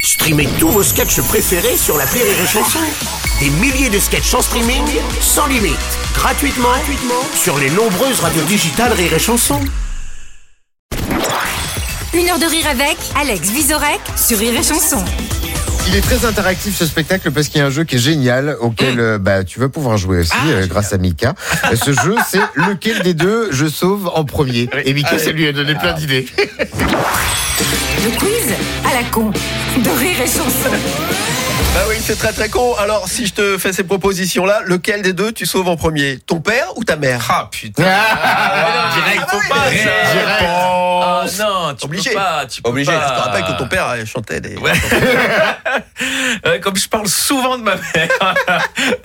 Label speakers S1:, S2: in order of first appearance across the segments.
S1: Streamez tous vos sketchs préférés sur la Rire et Chanson. Des milliers de sketchs en streaming, sans limite, gratuitement, gratuitement sur les nombreuses radios digitales Rire et Chanson.
S2: Une heure de rire avec Alex Visorek sur Rire et Chanson.
S3: Il est très interactif ce spectacle parce qu'il y a un jeu qui est génial auquel euh, bah, tu vas pouvoir jouer aussi euh, grâce à Mika. Euh, ce jeu, c'est lequel des deux je sauve en premier. Et Mika, ça lui a donné plein d'idées.
S2: Le quiz à la con de Rire et Chanson.
S4: Bah oui, c'est très très con. Alors, si je te fais ces propositions-là, lequel des deux tu sauves en premier Ton père ou ta mère
S5: Ah putain
S3: Ah,
S5: Ah, Direct,
S4: bah
S5: faut
S4: oui,
S5: pas
S4: direct.
S5: ça.
S4: Direct.
S5: Ah, non, tu
S4: Obligé.
S5: peux pas, tu peux
S4: Obligé.
S5: pas.
S4: Je te rappelle que ton père euh, chantait des.
S5: Euh, Comme je parle souvent de ma mère,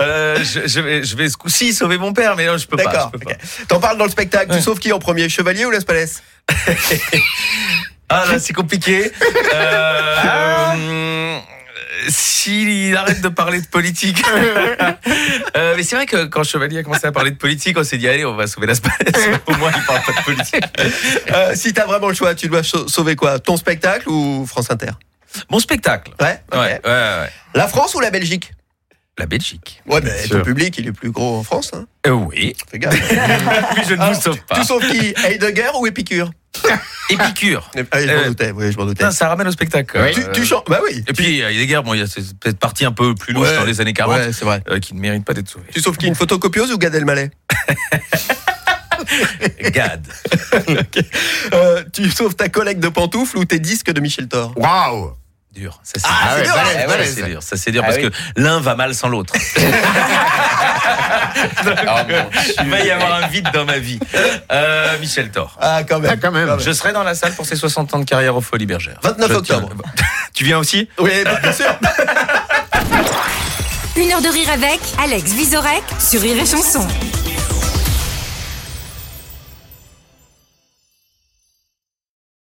S5: euh, je, je vais, je vais ce coup-ci sauver mon père, mais non, je peux pas.
S4: D'accord.
S5: je peux
S4: ok. T'en parles dans le spectacle. Tu sauves qui en premier Chevalier ou Laspalès
S5: pas. Ah là, c'est compliqué. Euh,
S4: Ah.
S5: euh, S'il arrête de parler de politique. Euh, mais c'est vrai que quand Chevalier a commencé à parler de politique, on s'est dit, allez, on va sauver la Spalès. Au moins, il parle pas de politique.
S4: euh, Si t'as vraiment le choix, tu dois sau- sauver quoi Ton spectacle ou France Inter
S5: Mon spectacle.
S4: Ouais. ok.
S5: Ouais, ouais, ouais.
S4: La France ou la Belgique
S5: La Belgique.
S4: Ouais, mais
S3: sûr.
S4: ton public, il est plus gros en France. Hein.
S5: Euh, oui.
S4: Fais gaffe.
S5: Oui, je ne
S4: Alors,
S5: vous sauve pas.
S4: tu sauves qui Heidegger ou Épicure
S5: Épicure.
S4: Ah, oui, je
S5: Euh,
S4: m'en doutais. Oui, je m'en doutais.
S5: Putain, ça ramène au spectacle.
S4: Tu,
S5: Euh,
S4: tu chantes Bah oui.
S5: Et puis, euh, il y a des guerres, bon, il y a c'est peut-être partie un peu plus louche
S4: Ouais.
S5: dans les années 40,
S4: Ouais, c'est vrai.
S5: euh, qui ne mérite pas d'être sauvée.
S4: Tu sauves qui Une photocopieuse ou Gad Elmaleh
S5: Gad.
S4: Euh, Tu sauves ta collègue de pantoufles ou tes disques de Michel Thor
S3: Waouh
S5: Dur. Ça, c'est
S4: Ah,
S5: dur.
S4: c'est dur,
S5: balèze,
S4: ouais, Ah
S5: balèze,
S3: balèze.
S5: c'est dur. Ça, c'est dur parce que l'un va mal sans l'autre.
S4: Oh,
S5: Donc, euh, il va y avoir un vide dans ma vie. Euh, Michel Thor.
S4: Ah, quand même.
S3: Ah, quand même.
S5: Je serai dans la salle pour ses 60 ans de carrière au Folie Bergère.
S4: 29
S5: Je tiens-
S4: octobre.
S5: Tu viens aussi
S4: Oui,
S3: Ah,
S4: bah, bien sûr.
S2: Une heure de rire avec Alex Visorek sur Rire et Chanson.